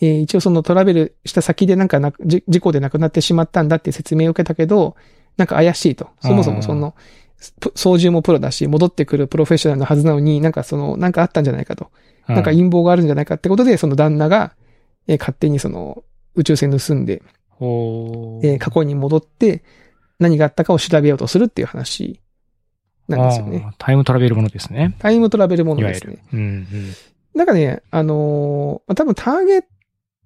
Speaker 2: えー一応そのトラベルした先でなんかなくじ事故で亡くなってしまったんだって説明を受けたけど、なんか怪しいと。そもそもその、ぷ操縦もプロだし、戻ってくるプロフェッショナルのはずなのに、なんかその、なんかあったんじゃないかと。なんか
Speaker 1: い。
Speaker 2: 陰謀があるんじゃないかってことで、その旦那が、えー勝手にその、宇宙船盗んで、
Speaker 1: ほー
Speaker 2: えー過去に戻って何があったかを調べようとするっていう話なんですよね。
Speaker 1: あータイムトラベルものですね。
Speaker 2: タイムトラベルもの
Speaker 1: いわ
Speaker 2: で
Speaker 1: ゆ
Speaker 2: す
Speaker 1: る
Speaker 2: ね。。
Speaker 1: うんうん。
Speaker 2: なんかね、あのーまあ多分ターゲッ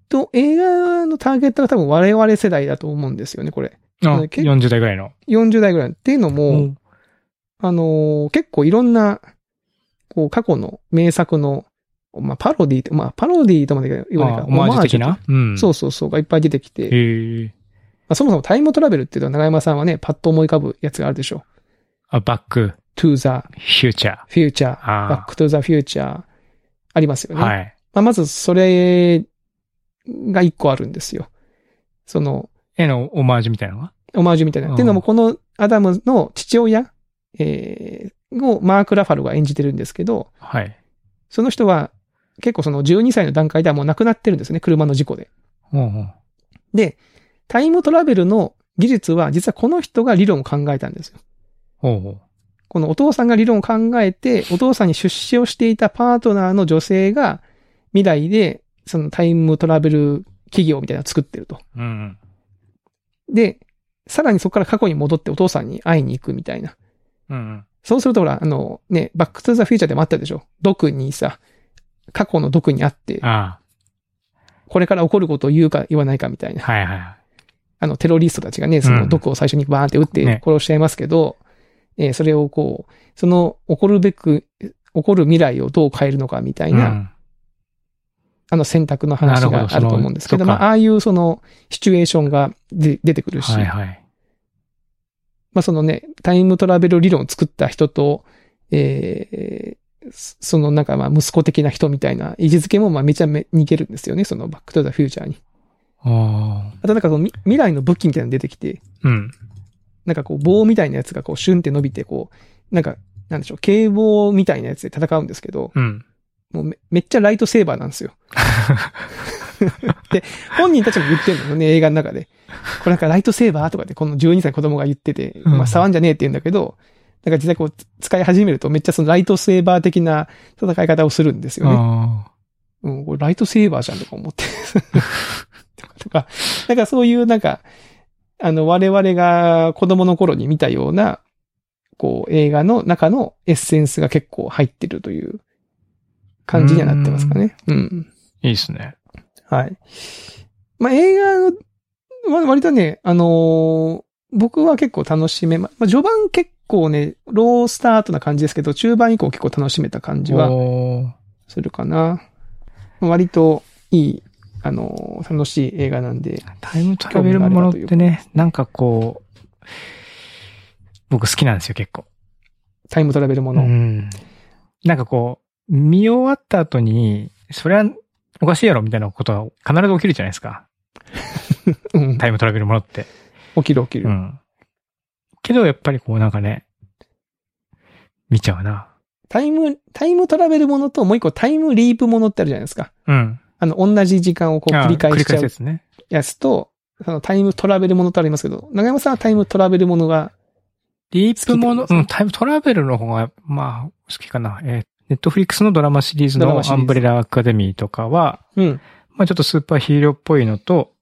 Speaker 2: ト、映画のターゲットが多分我々世代だと思うんですよね、これ。
Speaker 1: あ、
Speaker 2: 結
Speaker 1: 40代ぐらいの。
Speaker 2: 40代ぐらい。っていうのも、
Speaker 1: うん
Speaker 2: あのー結構いろんな、こう、過去の名作の、まあ、パロディーと、まあ、パロディーとまで言わない
Speaker 1: あ
Speaker 2: か、
Speaker 1: オマージュ的
Speaker 2: オマ
Speaker 1: なうん。
Speaker 2: そうそうそう、がいっぱい出てきて、
Speaker 1: へえ。
Speaker 2: まあ、そもそもタイムトラベルっていうのは、長山さんはね、パッと思い浮かぶやつがあるでしょう。
Speaker 1: あ、バック。
Speaker 2: to the
Speaker 1: フューチャ
Speaker 2: future,
Speaker 1: あー
Speaker 2: back to the future あります
Speaker 1: ー。
Speaker 2: よね。
Speaker 1: はい。
Speaker 2: まあ、まずそれが一個あるんですよ。その、
Speaker 1: 絵のオマージュみたいなのは
Speaker 2: オマージュみたいな。
Speaker 1: うん
Speaker 2: っていうのも、このアダムの父親、えーをマーク・ラファルが演じてるんですけど、
Speaker 1: はい。
Speaker 2: その人は結構その12歳の段階ではもう亡くなってるんですね、車の事故で。
Speaker 1: うんうん。
Speaker 2: で、タイムトラベルの技術は実はこの人が理論を考えたんですよ。
Speaker 1: ほうほう。
Speaker 2: このお父さんが理論を考えて、お父さんに出資をしていたパートナーの女性が未来でそのタイムトラベル企業みたいなのを作ってると。
Speaker 1: うんうん。
Speaker 2: で、さらにそこから過去に戻ってお父さんに会いに行くみたいな。
Speaker 1: うんうん。
Speaker 2: そうするとほら、あのね、バックトゥザフューチャーでもあったでしょ。毒にさ、過去の毒にあって、
Speaker 1: あ
Speaker 2: これから起こることを言うか言わないかみたい
Speaker 1: あ。
Speaker 2: な。
Speaker 1: はいはいはい。
Speaker 2: あの、テロリストたちがね、その毒を最初にバーンって撃っ
Speaker 1: ね
Speaker 2: て殺しちゃいますけど、えーそれをこう、その起こるべく、起こる未来をどう変えるのかみたいな、
Speaker 1: うん
Speaker 2: あの選択の話
Speaker 1: なる
Speaker 2: が
Speaker 1: ほど
Speaker 2: あると思うんですけど、
Speaker 1: その
Speaker 2: まあ、ああいうその、シチュエーションがで出てくるし、
Speaker 1: はいはい。
Speaker 2: まあ、そのね、タイムトラベル理論を作った人と、えーそそのなんかまあ息子的な人みたいな位置づけもまあめちゃめ似てるんですよね、そのバックトゥザフューチャーに。
Speaker 1: あ
Speaker 2: あとなんかそのみ未来の武器みたいなの出てきて、
Speaker 1: あ。うん。
Speaker 2: なんかこう棒みたいなやつがこうシュンって伸びてこう、なんか、なんでしょう、警棒みたいなやつで戦うんですけど、
Speaker 1: うん。
Speaker 2: もうめめっちゃライトセーバーなんですよ。で、本人たちも言ってるのね、映画の中で。これなんかライトセーバーとかってこの12歳の子供が言ってて、
Speaker 1: うん
Speaker 2: まあ触んじゃねえって言うんだけど、なんか実際こうつ使い始めるとめっちゃそのライトセーバー的な戦い方をするんですよね。
Speaker 1: あ
Speaker 2: うん、これライトセーバーじゃんとか思って。 とかとか、なんかそういうなんか、あの我々が子供の頃に見たような、こう映画の中のエッセンスが結構入ってるという感じにはなってますかね。うん
Speaker 1: あ。いいですね。
Speaker 2: はい。まあ、映画の、わ割とね、あのー僕は結構楽しめま、まあ、序盤結構ね、ロースタートな感じですけど、中盤以降結構楽しめた感じは
Speaker 1: おー
Speaker 2: するかな。割といい、あのー楽しい映画なんで。
Speaker 1: タイムトラベルものってね、なんかこう、僕好きなんですよ、結構。
Speaker 2: タイムトラベルも
Speaker 1: う
Speaker 2: の。
Speaker 1: ん。なんかこう、見終わった後に、それはおかしいやろみたいなことは必ず起きるじゃないですか。
Speaker 2: うん
Speaker 1: タイムトラベルものって。
Speaker 2: 起きる起きる。
Speaker 1: うん。けどやっぱりこうなんかね、見ちゃうな。
Speaker 2: タイム、タイムトラベルものと、もう一個タイムリープものってあるじゃないですか。
Speaker 1: うん。
Speaker 2: あの、同じ時間をこう
Speaker 1: ああ
Speaker 2: 繰り返し
Speaker 1: 繰
Speaker 2: ちゃう
Speaker 1: ですね。
Speaker 2: やつと、そのタイムトラベルものとありますけど、長山さんはタイムトラベルものが
Speaker 1: リープもの、
Speaker 2: 好きってことです
Speaker 1: う
Speaker 2: ね
Speaker 1: ん、タイムトラベルの方が、まあ、好きかな。えネットフリックスのドラマシリーズ
Speaker 2: ドラ
Speaker 1: の
Speaker 2: マシリ
Speaker 1: ア
Speaker 2: ーズ
Speaker 1: ンブレラアカデミーとかは、
Speaker 2: うん。
Speaker 1: まあちょっとスーパーヒーローっぽいのと、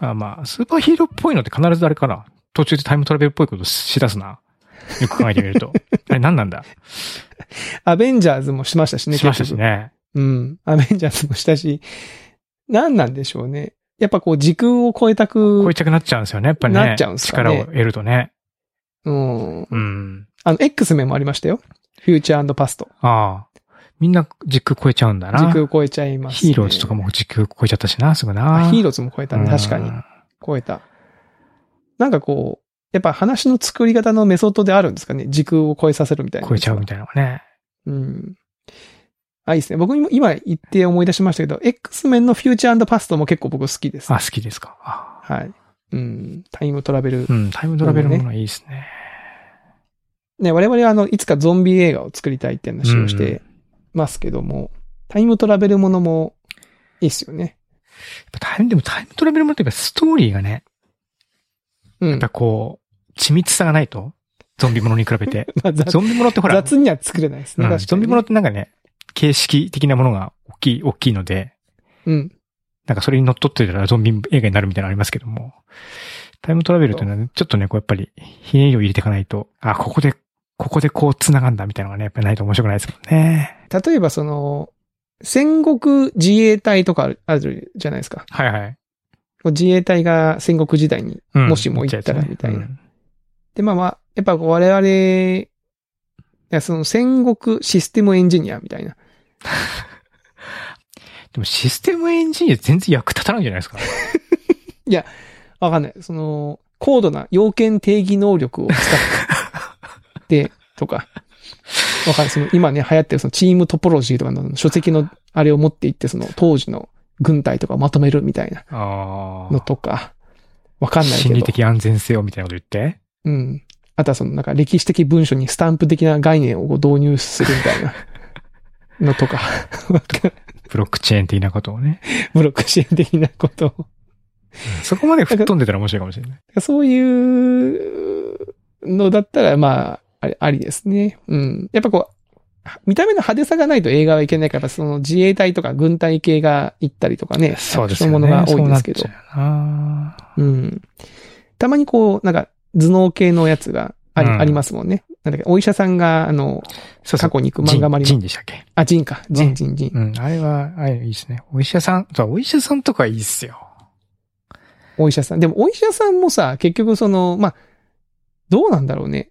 Speaker 1: あまあ、スーパーヒーローっぽいのって必ずあれかな。途中でタイムトラベルっぽいことしだすな。よく考えてみる と。あれ何なんだ
Speaker 2: アベンジャーズもしましたしね。
Speaker 1: しましたし
Speaker 2: 結
Speaker 1: ね。
Speaker 2: 局。うん。アベンジャーズもしたし、何なんでしょうね。やっぱこう時空を超えたく
Speaker 1: こうい、っちゃくなっちゃうんですよね。やっぱりね。
Speaker 2: なっちゃうんすかね
Speaker 1: 力を得るとね。
Speaker 2: うん。
Speaker 1: うん。
Speaker 2: あの、X 面もありましたよ。フューチャーパスト。
Speaker 1: ああ。みんな時空超えちゃうんだな。
Speaker 2: 時空超えちゃいます、
Speaker 1: ヒーローズとか。も時空超えちゃったしな、すぐな。
Speaker 2: あヒーローズも超えたね。確かに
Speaker 1: う。ん
Speaker 2: 超えた。なんかこう、やっぱ話の作り方のメソッドであるんですかね。時空を超えさせるみたいな。
Speaker 1: 超えちゃうみたいなのがね。
Speaker 2: うん。あ、いいですね。僕も今言って思い出しましたけど、X 面のフューチャーパストも結構僕好きです。
Speaker 1: あ、好きですか。あ
Speaker 2: はい。うん。タイムトラベル
Speaker 1: うん、タイムトラベルものいいですね。
Speaker 2: ね、我々はあの、いつかゾンビ映画を作りたいって話をしてますけども、タイムトラベルものもいいっすよね。
Speaker 1: やっぱタイム、でもタイムトラベルものってやっぱストーリーがね、
Speaker 2: うん。
Speaker 1: やっぱこう、緻密さがないと、ゾンビものに比べて。
Speaker 2: まあ 雑
Speaker 1: ゾンビものってほら、
Speaker 2: 雑には作れないです
Speaker 1: う
Speaker 2: ね。
Speaker 1: ん
Speaker 2: 確かにね
Speaker 1: ゾンビものってなんかね、形式的なものが大きい、大きいので、
Speaker 2: うん。
Speaker 1: なんかそれに乗っ取ってたらゾンビ映画になるみたいなのありますけども、タイムトラベルというのはね、ちょっとね、こうやっぱり、ひねりを入れていかないと、あ、ここで、ここでこう繋がんだみたいなのがね、やっぱりないと面白くないですもんね。
Speaker 2: 例えばその、戦国自衛隊とかあるあるじゃないですか。
Speaker 1: はいはい。
Speaker 2: 自衛隊が戦国時代に。
Speaker 1: うん
Speaker 2: もしも行ったらみたいな
Speaker 1: うん
Speaker 2: で、まあまあ、やっぱ我々、いやその戦国システムエンジニアみたいな。
Speaker 1: でもシステムエンジニア全然役立たないんじゃないですか。
Speaker 2: わかんない。その、高度な要件定義能力を使って、とか。わかる。その、今ね、流行ってるそのチームトポロジーとかの書籍のあれを持っていって、その当時の軍隊とかをまとめるみたいな
Speaker 1: あ
Speaker 2: の
Speaker 1: あ。
Speaker 2: とか。わかんないけど。
Speaker 1: 心理的安全性をみたいなこと言って。
Speaker 2: うん。あとはそのなんか歴史的文書にスタンプ的な概念をこう導入するみたい なのとか、
Speaker 1: ブロックチェーン的なことをね。
Speaker 2: ブロックチェーン的なことを。
Speaker 1: そこまで吹っ飛んでたら面白いかもしれない。
Speaker 2: そういうのだったら、まあ、ありありですね。うん。やっぱこう、見た目の派手さがないと映画はいけないから、やっぱその自衛隊とか軍隊系が行ったりとかね。そういうものが多いんですけど
Speaker 1: そう。なっちゃうな
Speaker 2: うん。たまにこう、なんか頭脳系のやつがあり,、
Speaker 1: うん
Speaker 2: ありますもんね。なんだっけ、お医者さんが、あの、
Speaker 1: そうそう
Speaker 2: 過。去に行く漫画もあります
Speaker 1: ジンジンでしたっけ
Speaker 2: あ、ジンか。ジン、ジン、ジン。
Speaker 1: うん。あれは、あれいいですね。お医者さん、そう、お医者さんとかいいっすよ。
Speaker 2: お医者さん。でもお医者さんもさ、結局その、まあ、どうなんだろうね。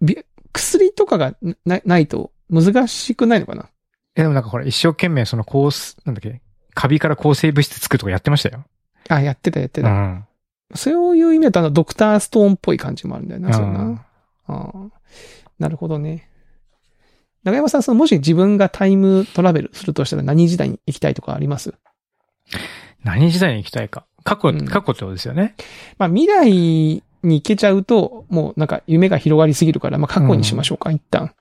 Speaker 2: び薬とかがななないと難しくないのかな
Speaker 1: え、でもなんかほら、一生懸命その抗す、なんだっけ、カビから抗生物質作るとかやってましたよ。
Speaker 2: あ、やってたやって
Speaker 1: う
Speaker 2: た。
Speaker 1: ん。
Speaker 2: そういう意味だとあの、ドクターストーンっぽい感じもあるんだよな、そう
Speaker 1: う。
Speaker 2: なんあーなるほどね。長山さん、その、もし自分がタイムトラベルするとしたら何時代に行きたいとかあります
Speaker 1: 何時代に行きたいか。過去、
Speaker 2: うん
Speaker 1: 過去ってことですよね。
Speaker 2: まあ、未来に行けちゃうと、もうなんか夢が広がりすぎるから、まあ、過去にしましょうか、一旦。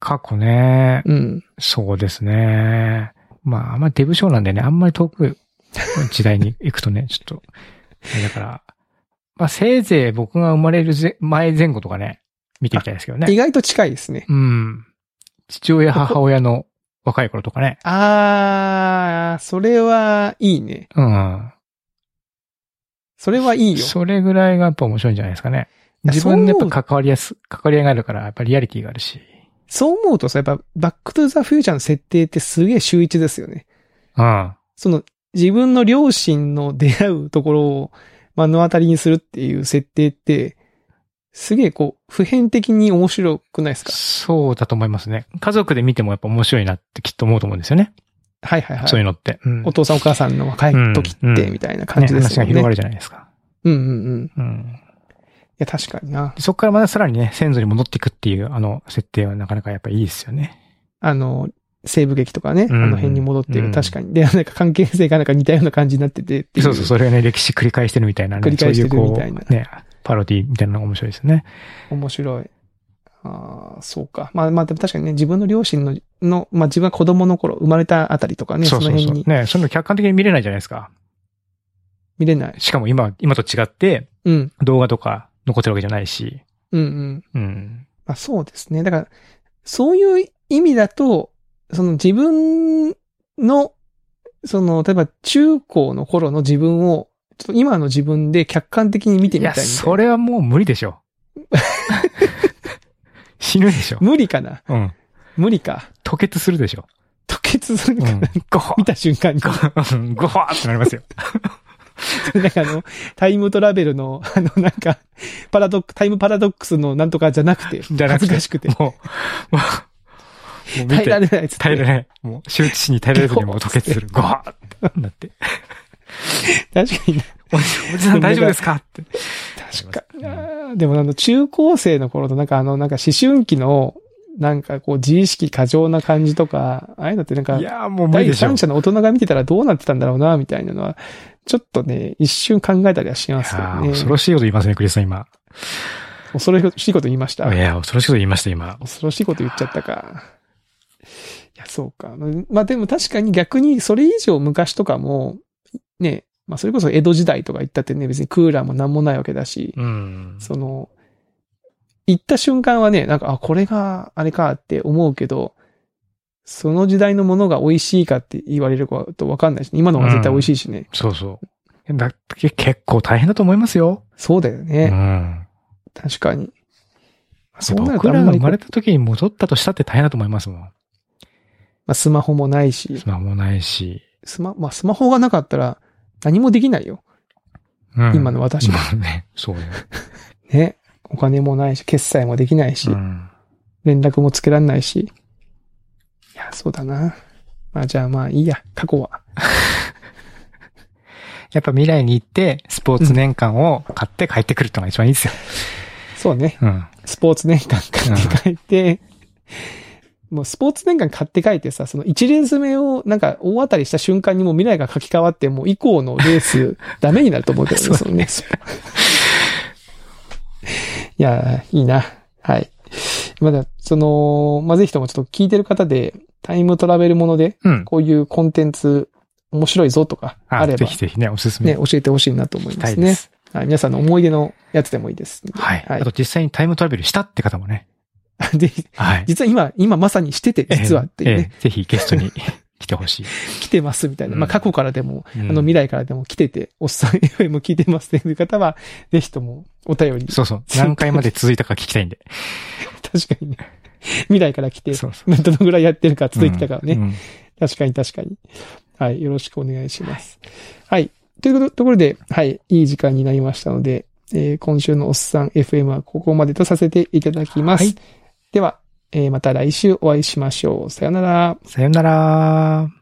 Speaker 1: 過去ね。
Speaker 2: うん。
Speaker 1: そうですね。まあ、あんまりデブ症なんでね、あんまり遠く時代に行くとね、ちょっ と、あれだから、まあ、せいぜい僕が生まれるぜ前前後とかね、見てみたいですけど
Speaker 2: 意
Speaker 1: ね。
Speaker 2: 外と近いですね。
Speaker 1: うん。父親、母親の若い頃とかね。
Speaker 2: あー、それはいいね。
Speaker 1: うん。
Speaker 2: それはいいよ。
Speaker 1: それぐらいがやっぱ面白いんじゃないですかね。
Speaker 2: いや
Speaker 1: 自分でや
Speaker 2: そ
Speaker 1: っ
Speaker 2: う
Speaker 1: ぱ関わりやす、関わり合いがあるから、やっぱリアリティがあるし。
Speaker 2: そう思うとさ、やっぱ、バックトゥザフューチャーの設定ってすげえ秀逸ですよね。
Speaker 1: うん。
Speaker 2: その、自分の両親の出会うところを目の当たりにするっていう設定って、すげえこう、普遍的に面白くないですか
Speaker 1: そうだと思いますね。家族で見てもやっぱ面白いなってきっと思うと思うんですよね。
Speaker 2: はいはいは
Speaker 1: そうい
Speaker 2: い。
Speaker 1: うのって。うん。
Speaker 2: お父さんお母さんの若い時
Speaker 1: うん
Speaker 2: って、
Speaker 1: うん
Speaker 2: みたいな感じで
Speaker 1: ね
Speaker 2: す
Speaker 1: 話
Speaker 2: よ
Speaker 1: が
Speaker 2: ね。
Speaker 1: 広がるじゃないですか。
Speaker 2: うんうんうん。い
Speaker 1: うん。
Speaker 2: や、確かにな。
Speaker 1: そこからまたさらにね、先祖に戻っていくっていうあの設定はなかなかやっぱいいですよね。
Speaker 2: あの、西部劇とかね、
Speaker 1: うん
Speaker 2: あの辺に戻って
Speaker 1: う
Speaker 2: る。
Speaker 1: ん
Speaker 2: 確かに。で、なんか関係性がなんか似たような感じになっててってい
Speaker 1: そうそう、それがね、歴史繰り返してるみたいなね、
Speaker 2: 繰り返してる
Speaker 1: そういうこう
Speaker 2: みたいな
Speaker 1: ね、パロディみたいなのが面白いですね。
Speaker 2: 面白い。ああ、そうか。まあまあ、でも確かにね、自分の両親の、のまあ自分が子供の頃、生まれたあたりとかね、
Speaker 1: そ
Speaker 2: そうの
Speaker 1: そう
Speaker 2: 辺
Speaker 1: そう
Speaker 2: に。
Speaker 1: ね、そういうの客観的に見れないじゃないですか。
Speaker 2: 見れない。
Speaker 1: しかも今、今と違って
Speaker 2: うん、
Speaker 1: 動画とか残ってるわけじゃないし。
Speaker 2: うん、うん。
Speaker 1: うん。
Speaker 2: まあそうですね。だから、そういう意味だと、その自分の、その、例えば中高の頃の自分を、ちょっと今の自分で客観的に見て
Speaker 1: い
Speaker 2: みたい
Speaker 1: や、
Speaker 2: みたいな。
Speaker 1: それはもう無理でし ょ。死ぬでしょ。
Speaker 2: 無理かな
Speaker 1: うん。
Speaker 2: 無理か。
Speaker 1: 吐血するでしょ。
Speaker 2: 吐血する かな、
Speaker 1: ごほ
Speaker 2: 見た瞬間に。
Speaker 1: ごほごほってなりますよ。
Speaker 2: なんか あの、タイムトラベルの、あの、なんか、パラドック、タイムパラドックスのなんとかじゃなくて、
Speaker 1: じゃなく
Speaker 2: 恥
Speaker 1: て
Speaker 2: ずかしくて、
Speaker 1: もう、もう、もう見
Speaker 2: 耐えら
Speaker 1: て、
Speaker 2: れないっつって
Speaker 1: 耐えられない。もう、周知しに耐えられずにもう吐血する。ごほってなって。
Speaker 2: 確かにね、
Speaker 1: おじおじさん 大丈夫ですかって。
Speaker 2: 確かにな。でもあの、中高生の頃となんかあの、なんか思春期の、なんかこう、自意識過剰な感じとか、ああいうのってなんか
Speaker 1: い、やーもう無理
Speaker 2: 第
Speaker 1: でしょ。
Speaker 2: 三者の大人が見てたらどうなってたんだろうな、みたいなのは、ちょっとね、一瞬考えたりはしますよ
Speaker 1: あ
Speaker 2: ね。
Speaker 1: ー恐ろしいこと言いますね、クリスさん今。
Speaker 2: 恐ろしいこと言いました。
Speaker 1: いや、恐ろしいこと言いました、今。
Speaker 2: 恐ろしいこと言っちゃったか。いや、そうか。まあでも確かに逆にそれ以上昔とかも、ね、まあそれこそ江戸時代とか行ったってね、別にクーラーもなんもないわけだし、
Speaker 1: うん。
Speaker 2: その、行った瞬間はね、なんか、あ、これがあれかって思うけど、その時代のものが美味しいかって言われるかとわかんないし、今の方が絶対美味しいしね。
Speaker 1: そうそう。だけ結構大変だと思いますよ。
Speaker 2: そうだよ
Speaker 1: う
Speaker 2: ね。
Speaker 1: ん。
Speaker 2: 確かに。そうなる
Speaker 1: 僕
Speaker 2: とあ
Speaker 1: ら
Speaker 2: ん
Speaker 1: が
Speaker 2: ま
Speaker 1: 生
Speaker 2: りこ
Speaker 1: ま
Speaker 2: う、
Speaker 1: れた時に戻ったとしたって大変だと思いますもん。
Speaker 2: まあ、スマホもないし、
Speaker 1: スマホもないし。
Speaker 2: スマ、まあ、スマホがなかったら何もできないよ。
Speaker 1: うん
Speaker 2: 今の私も。
Speaker 1: まあね、そうね。
Speaker 2: ね。お金もないし、決済もできないし、
Speaker 1: うん
Speaker 2: 連絡もつけられないし。いや、そうだな。まあじゃあまあいいや、過去は。
Speaker 1: やっぱ未来に行って、スポーツ年間を買って帰ってくるってのが一番いいですよ。
Speaker 2: そうね。
Speaker 1: うん。
Speaker 2: スポーツ年間買って帰って、もうスポーツ年間買って帰ってさ、その一レース目をなんか大当たりした瞬間にもう未来が書き換わって、もう以降のレースダメになると思うけどね、そのね。いやー、いいな。はい。まだ、その、まあ、ぜひともちょっと聞いてる方で、タイムトラベルもので、
Speaker 1: うん。
Speaker 2: こういうコンテンツ面白いぞとか、あ
Speaker 1: あ、
Speaker 2: れ
Speaker 1: ぜ
Speaker 2: ば、
Speaker 1: ひぜひね、おすすめ
Speaker 2: ね、教えてほしいなと思い
Speaker 1: し
Speaker 2: ま
Speaker 1: たい
Speaker 2: す
Speaker 1: で
Speaker 2: ね。
Speaker 1: す。
Speaker 2: はい、皆さんの思い出のやつでもいいです。
Speaker 1: はい。
Speaker 2: はい
Speaker 1: あと実際にタイムトラベルしたって方もね。
Speaker 2: ぜひ、
Speaker 1: はい。
Speaker 2: 実は今、今まさにしてて、 実はっていうね、
Speaker 1: ええぜひゲストに 来てほ しい。
Speaker 2: 来てますみたいな、まあ
Speaker 1: うん
Speaker 2: 過去からでも、
Speaker 1: あ
Speaker 2: あの未来からでも来てて、おっさん FM 聞いてますっていう方は、ぜひともお便り、
Speaker 1: そうそう。何回まで続いたか聞きたいんで。
Speaker 2: 確かにね、未来から来て、
Speaker 1: そうそう。
Speaker 2: どのぐらいやってるか続いてたからね、
Speaker 1: うん。うん
Speaker 2: 確かに確かに。はい、よろしくお願いします。はい、ということところで、はい、いい時間になりましたので、えー今週のおっさん FM はここまでとさせていただきます。
Speaker 1: はい
Speaker 2: では、えーまた来週お会いしましょう。さよなら。
Speaker 1: さよなら。